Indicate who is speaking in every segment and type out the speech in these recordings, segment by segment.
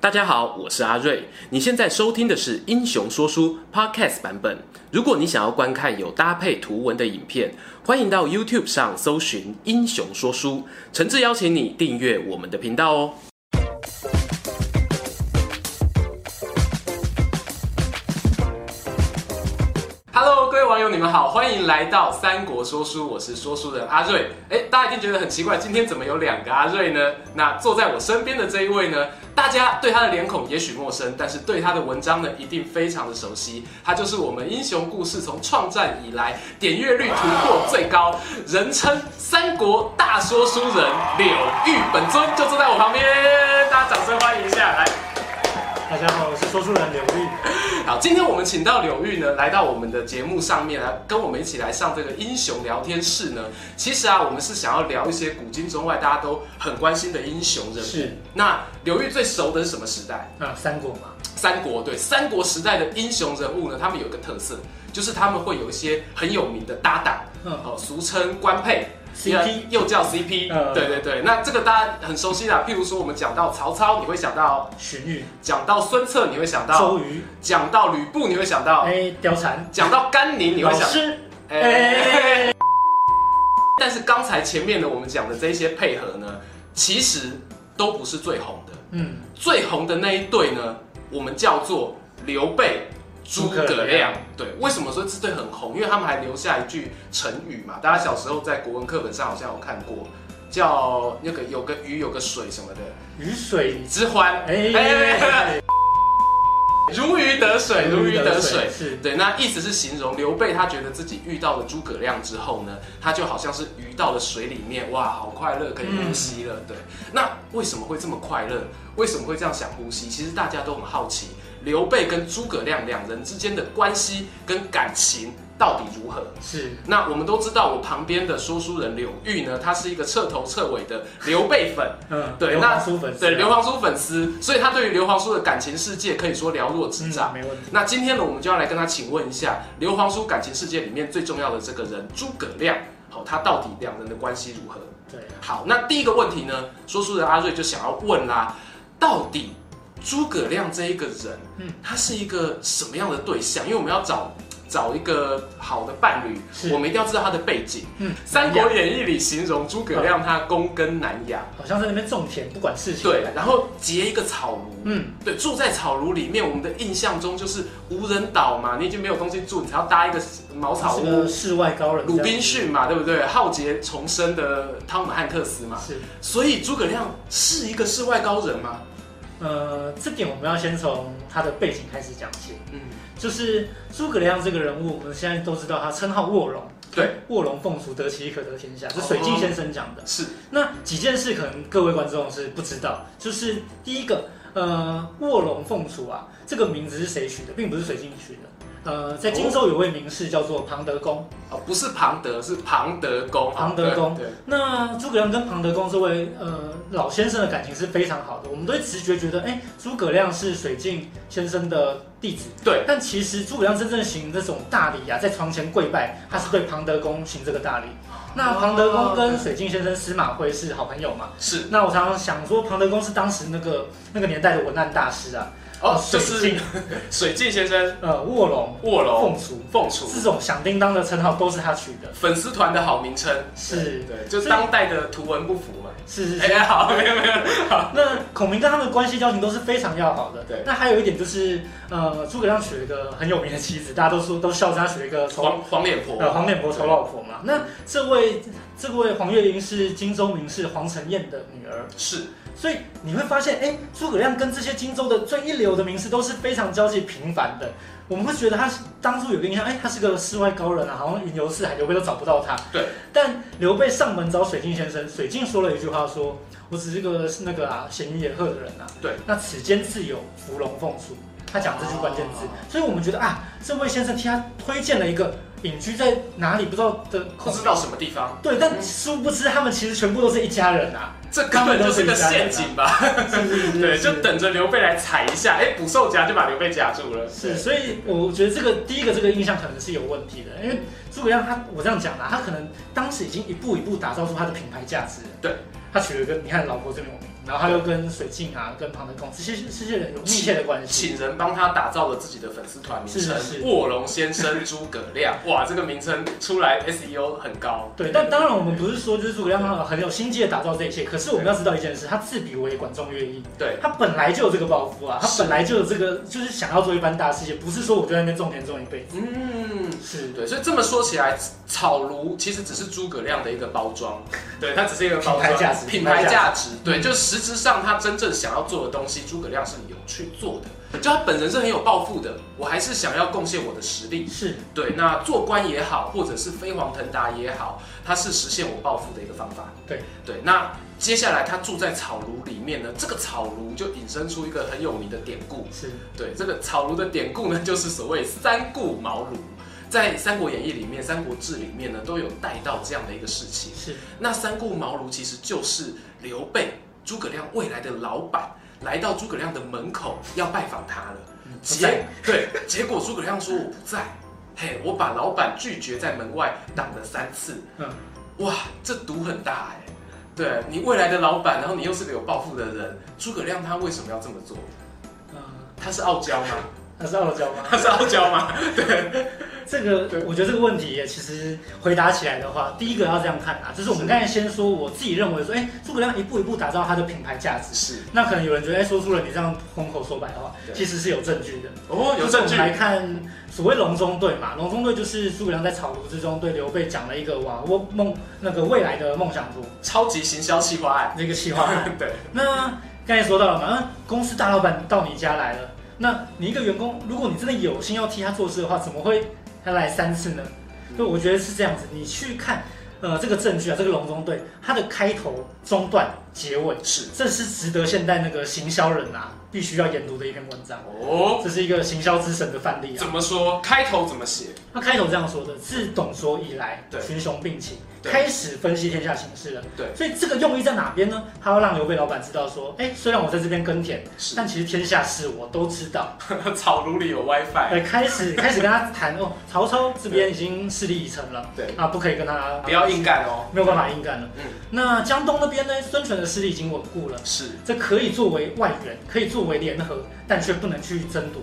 Speaker 1: 大家好，我是阿瑞。你现在收听的是《英雄说书》Podcast 版本。如果你想要观看有搭配图文的影片，欢迎到 YouTube 上搜寻“英雄说书”，诚挚邀请你订阅我们的频道哦。Hello，各位网友，你们好，欢迎来到三国说书，我是说书人阿瑞。哎，大家一定觉得很奇怪，今天怎么有两个阿瑞呢？那坐在我身边的这一位呢，大家对他的脸孔也许陌生，但是对他的文章呢，一定非常的熟悉。他就是我们英雄故事从创战以来点阅率突破最高，人称三国大说书人柳玉本尊，就坐在我旁边，大家掌声欢迎一下，来。
Speaker 2: 大家好，我是说书人刘玉。
Speaker 1: 好，今天我们请到柳玉呢，来到我们的节目上面来跟我们一起来上这个英雄聊天室呢。其实啊，我们是想要聊一些古今中外大家都很关心的英雄人物。
Speaker 2: 是
Speaker 1: 那柳玉最熟的是什么时代？
Speaker 2: 啊，三国嘛，
Speaker 1: 三国对三国时代的英雄人物呢，他们有一个特色，就是他们会有一些很有名的搭档，
Speaker 2: 嗯
Speaker 1: 哦，俗称官配。
Speaker 2: CP
Speaker 1: 又叫 CP，、
Speaker 2: 嗯
Speaker 1: 对对对，那这个大家很熟悉啦。譬如说，我们讲到曹操，你会想到；
Speaker 2: 荀彧、
Speaker 1: 讲到孙策，你会想到；
Speaker 2: 周瑜，
Speaker 1: 讲到吕布，你会想到；
Speaker 2: 哎，貂蝉，
Speaker 1: 讲到甘宁，你会
Speaker 2: 老
Speaker 1: 想，
Speaker 2: 师，
Speaker 1: 哎、
Speaker 2: 哎，
Speaker 1: 但是刚才前面呢，我们讲的这些配合呢，其实都不是最红的。
Speaker 2: 嗯，
Speaker 1: 最红的那一对呢，我们叫做刘备、诸
Speaker 2: 诸
Speaker 1: 葛
Speaker 2: 葛
Speaker 1: 亮
Speaker 2: 亮。
Speaker 1: 对，为什么说这对很红？因为他们还留下一句成语嘛，大家小时候在国文课本上好像有看过，叫那个有个鱼有个水什么的，
Speaker 2: 雨水，
Speaker 1: 之欢。哎、哎
Speaker 2: 哎，
Speaker 1: 如鱼得水，如鱼得水。
Speaker 2: 是，
Speaker 1: 对，那意思是形容刘备他觉得自己遇到了诸葛亮之后呢，他就好像是鱼到了水里面，哇，好快乐，可以呼吸了。对，那为什么会这么快乐？为什么会这样想呼吸？其实大家都很好奇，刘备跟诸葛亮两人之间的关系跟感情到底如何？
Speaker 2: 是，
Speaker 1: 那我们都知道，我旁边的说书人柳玉呢，他是一个彻头彻尾的刘备粉，
Speaker 2: 嗯，
Speaker 1: 对
Speaker 2: 刘
Speaker 1: 那
Speaker 2: 皇叔粉丝啊，
Speaker 1: 对刘皇叔粉丝，所以他对于刘皇叔的感情世界可以说了若指掌。
Speaker 2: 嗯没问题，
Speaker 1: 那今天呢，我们就要来跟他请问一下《刘皇叔感情世界》里面最重要的这个人诸葛亮，好、他到底两人的关系如何？
Speaker 2: 对，
Speaker 1: 好，那第一个问题呢，说书人阿瑞就想要问啦，到底诸葛亮这一个人，嗯
Speaker 2: 嗯，
Speaker 1: 他是一个什么样的对象？因为我们要找找一个好的伴侣，
Speaker 2: 是
Speaker 1: 我们一定要知道他的背景。
Speaker 2: 嗯，
Speaker 1: 《三国演义》里形容诸葛亮他躬耕南阳，
Speaker 2: 好像在那边种田，不管事情，
Speaker 1: 对，，然后结一个草庐，
Speaker 2: 嗯，
Speaker 1: 对，住在草庐里面，我们的印象中就是无人岛嘛，你已经没有东西住，你才要搭一个茅草
Speaker 2: 是
Speaker 1: 屋
Speaker 2: 个。世外高人，
Speaker 1: 鲁滨逊嘛，对不对？浩劫重生的汤姆汉克斯嘛，
Speaker 2: 是，
Speaker 1: 所以诸葛亮是一个世外高人嘛。
Speaker 2: 呃，这点我们要先从他的背景开始讲起，
Speaker 1: 嗯，
Speaker 2: 就是诸葛亮这个人物，我们现在都知道他称号卧龙。
Speaker 1: 对，
Speaker 2: 卧龙凤雏，得其一可得天下，是水镜先生讲的。
Speaker 1: 是
Speaker 2: 那几件事可能各位观众是不知道，就是第一个，呃，卧龙凤雏啊，这个名字是谁取的，并不是水镜取的。呃，在荆州有位名士叫做庞德公，
Speaker 1: 哦，不是庞德，是庞德公。
Speaker 2: 庞德公
Speaker 1: 哦对，对
Speaker 2: 那诸葛亮跟庞德公这位呃老先生的感情是非常好的，我们都会直觉觉得，哎，诸葛亮是水镜先生的弟子。
Speaker 1: 对，
Speaker 2: 但其实诸葛亮真正行这种大礼啊，在床前跪拜，他是对庞德公行这个大礼。那庞德公跟水镜先生司马徽是好朋友嘛？
Speaker 1: 是
Speaker 2: 那我常常想说，庞德公是当时那个那个年代的文案大师啊，
Speaker 1: 哦，就
Speaker 2: 水
Speaker 1: 是
Speaker 2: 镜
Speaker 1: 水镜先生、
Speaker 2: 呃卧龙、
Speaker 1: 卧龙、
Speaker 2: 凤雏
Speaker 1: 凤雏，
Speaker 2: 这种响叮当的称号都是他取的，
Speaker 1: 粉丝团的好名称。
Speaker 2: 是
Speaker 1: 对，对就是当代的图文不符嘛。
Speaker 2: 是是是。
Speaker 1: 哎，好，没有没有。
Speaker 2: 那孔明跟他们的关系交情都是非常要好的。
Speaker 1: 对
Speaker 2: 那还有一点就是，呃，诸葛亮娶了一个很有名的妻子，大家都说都笑称他娶了一个丑
Speaker 1: 黄黄脸婆，
Speaker 2: 呃黄脸婆丑老婆嘛。那这位这位黄月英是荆州名士黄承彦的女儿。
Speaker 1: 是
Speaker 2: 所以你会发现，哎，诸葛亮跟这些荆州的最一流的名士都是非常交际频繁的。我们会觉得他是当初有个印象，哎，他是个世外高人啊，好像云游四海，刘备都找不到他。
Speaker 1: 对。
Speaker 2: 但刘备上门找水镜先生，水镜说了一句话说，我只是个那个啊闲云野鹤的人啊。
Speaker 1: 对。
Speaker 2: 那此间自有伏龙凤雏，他讲这句关键字，
Speaker 1: 哦
Speaker 2: 所以我们觉得啊，这位先生替他推荐了一个隐居在哪里不知道的
Speaker 1: 不知道什么地方，
Speaker 2: 对，但殊不知他们其实全部都是一家人啊。
Speaker 1: 这根本就是个陷阱吧？
Speaker 2: 是是啊是 是
Speaker 1: 对，
Speaker 2: 是
Speaker 1: 就等着刘备来踩一下，哎，捕兽夹就把刘备夹住了。
Speaker 2: 是，所以我觉得这个第一个这个印象可能是有问题的，因为诸葛亮他我这样讲啦，他可能当时已经一步一步打造出他的品牌价值。
Speaker 1: 对，
Speaker 2: 他娶了一个你看老婆最有名，然后他又跟水镜啊、跟庞德公这些这些人有密切的关系。
Speaker 1: 请人帮他打造了自己的粉丝团名称
Speaker 2: 是是
Speaker 1: “卧龙先生诸葛亮”，哇，这个名称出来 SEO 很高。
Speaker 2: 对，但当然我们不是说就是诸葛亮他很有心机的打造这一切，可是我们要知道一件事，他自比为管仲乐毅，
Speaker 1: 对，
Speaker 2: 他本来就有这个抱负啊，他
Speaker 1: 是
Speaker 2: 本来就有这个就是想要做一番大事业，不是说我就在那边种田种一辈子。
Speaker 1: 嗯，
Speaker 2: 是，
Speaker 1: 对，所以这么说起来，草庐其实只是诸葛亮的一个包装，对，它只是一个包装
Speaker 2: 品牌价值嗯
Speaker 1: 品牌
Speaker 2: 品牌
Speaker 1: 价
Speaker 2: 价
Speaker 1: 值，对，就实质上他真正想要做的东西，诸葛亮是有去做的，就他本人是很有抱负的，我还是想要贡献我的实力，
Speaker 2: 是，
Speaker 1: 对，那做官也好，或者是飞黄腾达也好，它是实现我抱负的一个方法。
Speaker 2: 对
Speaker 1: 对，那接下来他住在草庐里面呢，这个草庐就引申出一个很有名的典故。
Speaker 2: 是，
Speaker 1: 对，这个草庐的典故呢，就是所谓三顾茅庐。在《三国演义》里面，《三国志》里面呢，都有带到这样的一个事情。
Speaker 2: 是，
Speaker 1: 那三顾茅庐其实就是刘备、诸葛亮未来的老板来到诸葛亮的门口要拜访他了。
Speaker 2: 不
Speaker 1: 结
Speaker 2: 在
Speaker 1: 对，结果诸葛亮说我不在，嘿，我把老板拒绝在门外挡了三次，
Speaker 2: 嗯，
Speaker 1: 哇，这毒很大哎、对你未来的老板，然后你又是个有抱负的人，诸葛亮他为什么要这么做？
Speaker 2: 嗯，
Speaker 1: 他是傲娇吗？
Speaker 2: 那是傲娇吗？
Speaker 1: 他是傲娇吗？
Speaker 2: 这个
Speaker 1: 对
Speaker 2: 我觉得这个问题也其实回答起来的话，第一个要这样看啊，就是我们刚才先说我自己认为说，哎，诸葛亮一步一步打造他的品牌价值。
Speaker 1: 是
Speaker 2: 那可能有人觉得，哎，说出了你这样空口说白话，
Speaker 1: 对
Speaker 2: 其实是有证据的。
Speaker 1: 哦，有证
Speaker 2: 就是
Speaker 1: 据
Speaker 2: 我们来看所谓隆中对嘛，隆中对就是诸葛亮在草庐之中对刘备讲了一个哇，我梦那个未来的梦想图
Speaker 1: 超级行销企划案，
Speaker 2: 这个企划案。
Speaker 1: 对，
Speaker 2: 那刚才说到了嘛，那公司大老板到你家来了，那你一个员工，如果你真的有心要替他做事的话，怎么会他来三次呢？
Speaker 1: 嗯
Speaker 2: 所以我觉得是这样子，你去看，呃，这个证据啊，这个隆中对它的开头、中段、结尾，
Speaker 1: 是
Speaker 2: 这是值得现代那个行销人啊必须要研读的一篇文章。
Speaker 1: 哦，
Speaker 2: 这是一个行销之神的范例啊
Speaker 1: 怎。么说？开头怎么写？
Speaker 2: 他开头这样说的：自董卓以来
Speaker 1: 嗯对，
Speaker 2: 群雄并起，
Speaker 1: 对
Speaker 2: 开始分析天下形势了。
Speaker 1: 对
Speaker 2: 所以这个用意在哪边呢？他要让刘备老板知道说，哎，虽然我在这边耕田，
Speaker 1: 是
Speaker 2: 但其实天下事我都知道。
Speaker 1: 草庐里有 WiFi，
Speaker 2: 呃，开始开始跟他谈哦，曹操这边已经势力已成了，
Speaker 1: 对，
Speaker 2: 啊，不可以跟他
Speaker 1: 不要硬干哦。
Speaker 2: 没有办法硬干了。
Speaker 1: 嗯
Speaker 2: 那江东那边呢，孙权的势力已经稳固了，
Speaker 1: 是
Speaker 2: 这可以作为外援，可以作为联合，但却不能去争夺。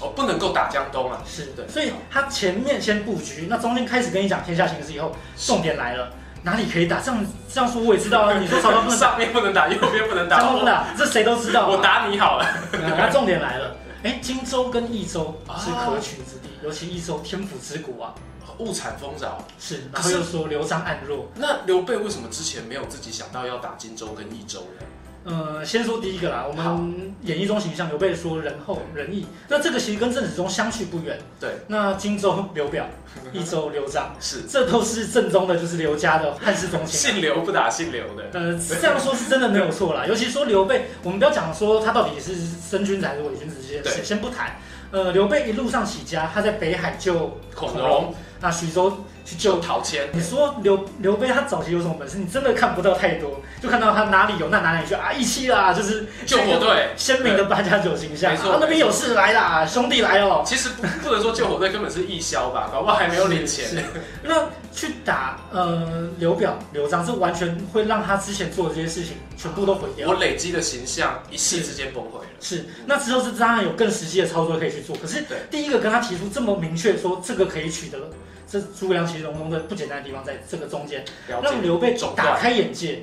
Speaker 1: 哦，不能够打江东啊。
Speaker 2: 是
Speaker 1: 对
Speaker 2: 所以他前面先布局，那中间开始跟你讲天下形势以后，重点来了，哪里可以打？这样这样说我也知道 啊，你说曹操不能打，
Speaker 1: 上面不能打，右 边不能打，
Speaker 2: 曹操不能打，这谁都知道、啊。
Speaker 1: 我打你好了。
Speaker 2: 嗯。那重点来了，哎，荆州跟益州
Speaker 1: 啊
Speaker 2: 是可取之地，尤其益州天府之国啊，
Speaker 1: 物产丰饶，
Speaker 2: 是。
Speaker 1: 可
Speaker 2: 然
Speaker 1: 是
Speaker 2: 后又说刘璋暗弱，
Speaker 1: 那刘备为什么之前没有自己想到要打荆州跟益州呢？
Speaker 2: 呃，先说第一个啦，我
Speaker 1: 好嗯
Speaker 2: 们演义中形象，刘备说仁厚仁义，那这个其实跟郑子忠相去不远。
Speaker 1: 对，
Speaker 2: 那荆州刘表，
Speaker 1: 嗯
Speaker 2: 益州刘璋，
Speaker 1: 是
Speaker 2: 这都是正宗的，就是刘家的汉室宗亲啊。
Speaker 1: 姓刘不打姓刘的，
Speaker 2: 呃，这样说是真的没有错啦。尤其说刘备，我们不要讲说他到底是真君子还是伪君子这件
Speaker 1: 对
Speaker 2: 事，先不谈。呃，刘备一路上起家，他在北海救
Speaker 1: 孔融
Speaker 2: 那徐州去
Speaker 1: 就
Speaker 2: 救。
Speaker 1: 陶谦，
Speaker 2: 你说刘刘备他早期有什么本事？你真的看不到太多，就看到他哪里有那哪里去啊，义气啦，就是
Speaker 1: 救火队。
Speaker 2: 鲜明的八加九形象。
Speaker 1: 没错
Speaker 2: 啊那边有事来啦，兄弟来哦。
Speaker 1: 其实不不能说救火队根本是义消吧，搞不好还没有领
Speaker 2: 是
Speaker 1: 钱。
Speaker 2: 是那去打呃刘表、刘璋，这完全会让他之前做的这些事情全部都毁掉
Speaker 1: 我。累积的形象一夕之间崩溃了。
Speaker 2: 是，那之后是当然有更实际的操作可以去做。可是
Speaker 1: 对
Speaker 2: 第一个跟他提出这么明确说这个可以取得，这诸葛亮其实隆中的不简单的地方在这个中间，
Speaker 1: 了
Speaker 2: 让
Speaker 1: 解，
Speaker 2: 刘备
Speaker 1: 总
Speaker 2: 打
Speaker 1: 断
Speaker 2: 开眼界。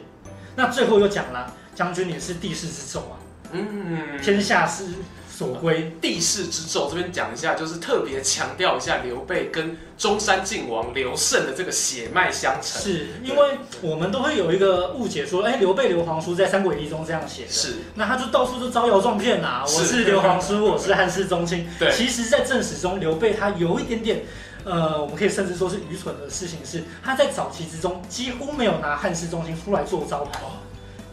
Speaker 2: 那最后又讲了，将军你是地势之重啊，
Speaker 1: 嗯，
Speaker 2: 天下是所归。
Speaker 1: 地势之咒这边讲一下，就是特别强调一下刘备跟中山靖王刘胜的这个血脉相承。
Speaker 2: 是因为我们都会有一个误解说，哎，刘备刘皇叔在《三国演义》中这样写的，
Speaker 1: 是
Speaker 2: 那他就到处都招摇撞骗啊！我
Speaker 1: 是
Speaker 2: 是刘 皇叔，我是汉室宗亲。
Speaker 1: 对
Speaker 2: 其实，在正史中，刘备他有一点点，呃，我们可以甚至说是愚蠢的事情是，他在早期之中几乎没有拿汉室宗亲出来做招牌，
Speaker 1: 哦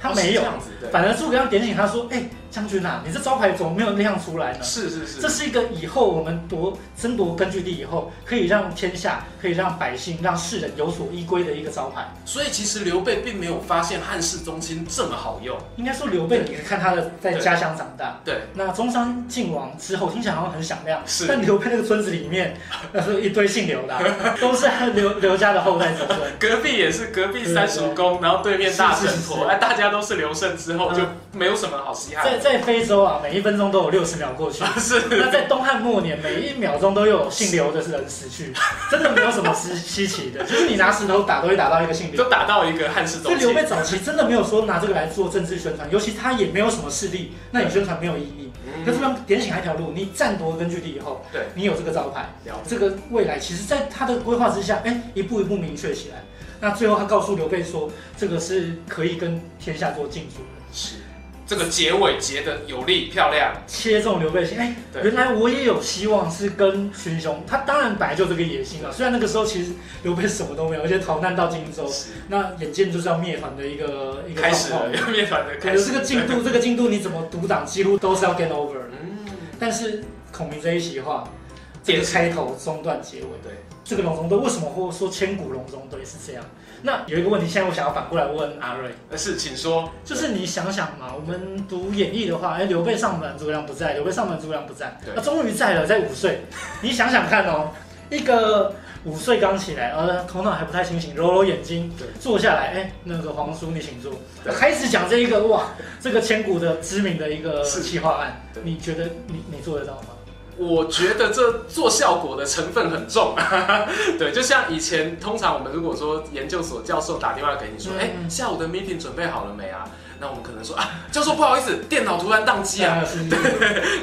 Speaker 2: 他没
Speaker 1: 是这
Speaker 2: 有，
Speaker 1: 样子，对，
Speaker 2: 反而诸葛亮点醒他说：“哎、将军啊，你这招牌怎么没有亮出来呢？
Speaker 1: 是是
Speaker 2: 这
Speaker 1: 是，
Speaker 2: 是一个以后我们夺争夺根据地以后，可以让天下，可以让百姓，让世人有所依归的一个招牌。
Speaker 1: 所以其实刘备并没有发现汉室宗亲这么好用。
Speaker 2: 应该说刘备，你看他的在家乡长大，
Speaker 1: 对，
Speaker 2: 那中山靖王之后，听起来好像很响亮，
Speaker 1: 是
Speaker 2: 但刘备那个村子里面，那是一堆姓 刘的啊、都是刘刘家的后代子孙。
Speaker 1: 隔壁也是隔壁三叔公，然后对面大神
Speaker 2: 是是
Speaker 1: 婆，
Speaker 2: 是
Speaker 1: 哎，大家都是刘胜之后
Speaker 2: 嗯
Speaker 1: 就没有什么好稀罕
Speaker 2: 在
Speaker 1: 的。
Speaker 2: 在非洲啊，每一分钟都有六十秒过去。
Speaker 1: 是，
Speaker 2: 那在东汉末年，每一秒钟都有姓刘的人死去，真的没有什么稀稀奇的，就是你拿石头打都会打到一个姓刘。
Speaker 1: 都打到一个汉室
Speaker 2: 所以
Speaker 1: 宗
Speaker 2: 刘
Speaker 1: 亲。
Speaker 2: 备早期真的没有说拿这个来做政治宣传，尤其他也没有什么势力，那你宣传没有意义。可是
Speaker 1: 嗯，
Speaker 2: 让点醒他一条路，你占夺根据地以后，
Speaker 1: 对，
Speaker 2: 你有这个招牌，
Speaker 1: 了
Speaker 2: 这个未来其实在他的规划之下，哎，一步一步明确起来。那最后他告诉刘备说，这个是可以跟天下做竞逐的，
Speaker 1: 是这个结尾结的有力漂亮，
Speaker 2: 切中刘备心。哎，
Speaker 1: 对
Speaker 2: 原来我也有希望是跟群雄，他当然本来就这个野心啊了。虽然那个时候其实刘备什么都没有，而且逃难到荆州，
Speaker 1: 是
Speaker 2: 那眼见就是要灭团的一个一个
Speaker 1: 开始
Speaker 2: 状
Speaker 1: 了
Speaker 2: 况。
Speaker 1: 面团的
Speaker 2: 对，
Speaker 1: 开始。
Speaker 2: 这个进 度，这个进度你怎么阻挡，几乎都是要 get over 的。
Speaker 1: 嗯，
Speaker 2: 但是孔明这一席话，这个开头、中段、结尾，
Speaker 1: 对，
Speaker 2: 这个隆中对为什么会说千古隆中对是这样？那有一个问题，现在我想要反过来问阿瑞，
Speaker 1: 呃是，请说。
Speaker 2: 就是你想想嘛，我们读演义的话，哎，刘备上门诸葛亮不在，刘备上门诸葛亮不在，
Speaker 1: 对
Speaker 2: 那终于在了，在五岁，你想想看哦，一个五岁刚起来，呃，头脑还不太清醒，揉揉眼睛
Speaker 1: 对，
Speaker 2: 坐下来，哎，那个皇叔你请坐，
Speaker 1: 对
Speaker 2: 开始讲这一个哇，这个千古的知名的一个
Speaker 1: 是
Speaker 2: 企划案
Speaker 1: 对，
Speaker 2: 你觉得你你做得到吗？
Speaker 1: 我觉得这做效果的成分很重，啊 对，就像以前通常我们如果说研究所教授打电话给你说，
Speaker 2: 嗯
Speaker 1: 哎、下午的 meeting 准备好了没啊？那我们可能说啊，教授不好意思，电脑突然宕机啊。
Speaker 2: 啊，是。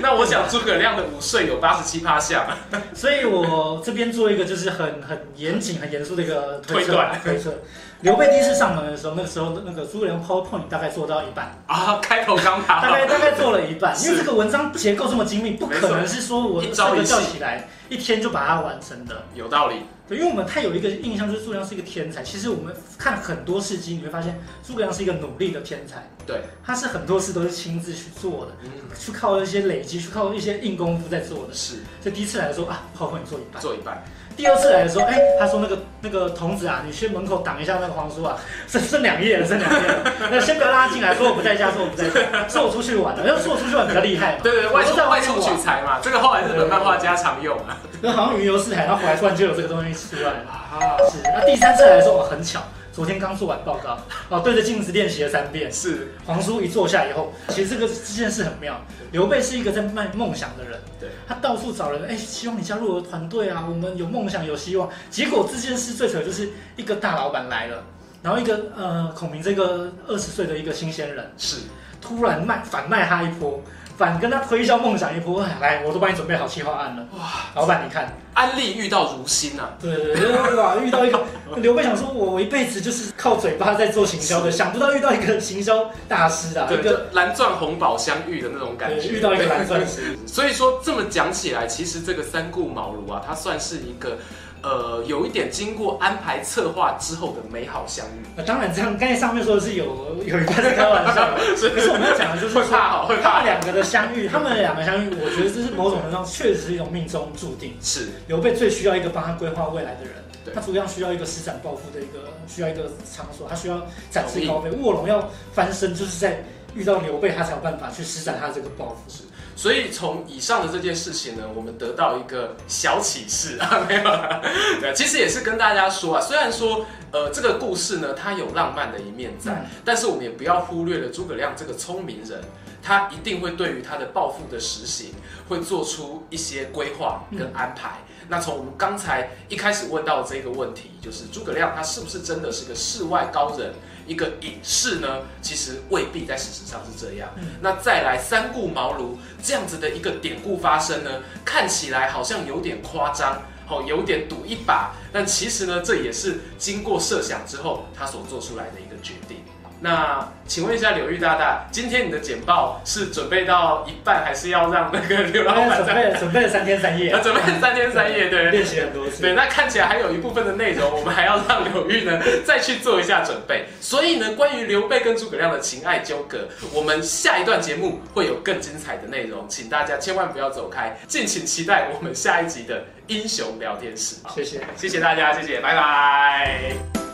Speaker 1: 那我想诸葛亮的午睡有八十七趴像，啊
Speaker 2: 所以我这边做一个就是很很严谨、很严肃的一个推测吧推测。刘备第一次上门的时候，那个时候那个诸葛亮 PowerPoint 大概做到一半，
Speaker 1: 啊，开头刚打
Speaker 2: 大
Speaker 1: 好，
Speaker 2: 概大概做了一 半，
Speaker 1: 是
Speaker 2: 因为这个文章结构这么精密，不可能是说我
Speaker 1: 一
Speaker 2: 这
Speaker 1: 朝一
Speaker 2: 个
Speaker 1: 夕
Speaker 2: 叫起来一天就把它完成的。
Speaker 1: 有道理，
Speaker 2: 对，因为我们太有一个印象，就是诸葛亮是一个天才。其实我们看很多事迹，你会发现诸葛亮是一个努力的天才，
Speaker 1: 对，
Speaker 2: 他是很多事都是亲自去做的，
Speaker 1: 嗯，
Speaker 2: 去靠一些累积，去靠一些硬功夫在做的。
Speaker 1: 是
Speaker 2: 所以第一次来说啊，PowerPoint 做一半。
Speaker 1: 做一半，
Speaker 2: 第二次来的时候，哎、他说那个那个童子啊，你去门口挡一下那个皇叔啊， 剩剩两页了，剩两页了，那先不要拉他进来，说我不在家，说我不在家，说我出去玩了，要说我出去玩比较厉害嘛，
Speaker 1: 对对，外
Speaker 2: 我
Speaker 1: 出
Speaker 2: 都在
Speaker 1: 外
Speaker 2: 外啊
Speaker 1: 出
Speaker 2: 面玩
Speaker 1: 取材嘛，这个后来日本漫画家常用啊，
Speaker 2: 那好像云游四海，然后回来突然就有这个东西出来了。
Speaker 1: 啊，
Speaker 2: 是，那第三次来的时候，哦，很巧，昨天刚做完报告，哦，对着镜子练习了三遍。
Speaker 1: 是
Speaker 2: 皇叔一坐下以后，其实这个这件事很妙。刘备是一个在卖梦想的人，
Speaker 1: 对，
Speaker 2: 他到处找人，哎、希望你加入我的团队啊，我们有梦想有希望。结果这件事最扯就是一个大老板来了，然后一个呃孔明这个二十岁的一个新鲜人，
Speaker 1: 是，
Speaker 2: 突然卖反卖他一波，反跟他推销梦想一波，哎来，我都帮你准备好计划案了，
Speaker 1: 哇，
Speaker 2: 老板你看，
Speaker 1: 安利遇到如新啊，
Speaker 2: 对对对，哇，遇到一个刘备想说，我我一辈子就是靠嘴巴在做行销的，想不到遇到一个行销大师啊，
Speaker 1: 对，
Speaker 2: 一个
Speaker 1: 就蓝钻红宝相遇的那种感
Speaker 2: 对
Speaker 1: 觉，
Speaker 2: 遇到一个蓝钻石。
Speaker 1: 所以说这么讲起来，其实这个三顾茅庐啊，它算是一个呃有一点经过安排策划之后的美好相 遇。
Speaker 2: 那呃当然，这样刚才上面说的是有有一半是开玩笑 的，可是我们要讲的就是
Speaker 1: 会
Speaker 2: 说，
Speaker 1: 怕 哦，会
Speaker 2: 他
Speaker 1: 怕
Speaker 2: 们两个的相遇，他们两个相遇，我觉得这是某种程度上确实是一种命中注定。
Speaker 1: 是
Speaker 2: 刘备最需要一个帮他规划未来的人
Speaker 1: 对，
Speaker 2: 他主要需要一个施展抱负的一个，需要一个场所，他需要展示高飞。卧龙要翻身，就是在遇到刘备，他才有办法去施展他这个抱负。
Speaker 1: 所以从以上的这件事情呢，我们得到一个小启示啊， 没有啦，对，其实也是跟大家说啊，虽然说呃这个故事呢，它有浪漫的一面在，但是我们也不要忽略了诸葛亮这个聪明人，他一定会对于他的抱负的实行会做出一些规划跟安排。那从我们刚才一开始问到的这个问题，就是诸葛亮他是不是真的是个世外高人，一个隐士呢？其实未必在事实上是这样。那再来三顾茅庐这样子的一个典故发生呢，看起来好像有点夸张。哦，有点赌一把，但其实呢，这也是经过设想之后他所做出来的一个决定。那请问一下柳玉大大，今天你的简报是准备到一半，还是要让那个刘老板
Speaker 2: 准
Speaker 1: 在？
Speaker 2: 备准备了三天三夜
Speaker 1: 啊，， 准备三天三夜，对。
Speaker 2: 练习很多次。
Speaker 1: 对，那看起来还有一部分的内容，我们还要让刘玉呢再去做一下准备。所以呢，关于刘备跟诸葛亮的情爱纠葛，我们下一段节目会有更精彩的内容，请大家千万不要走开，敬请期待我们下一集的英雄聊天室。
Speaker 2: 谢谢。
Speaker 1: 谢谢大家，谢谢，拜拜。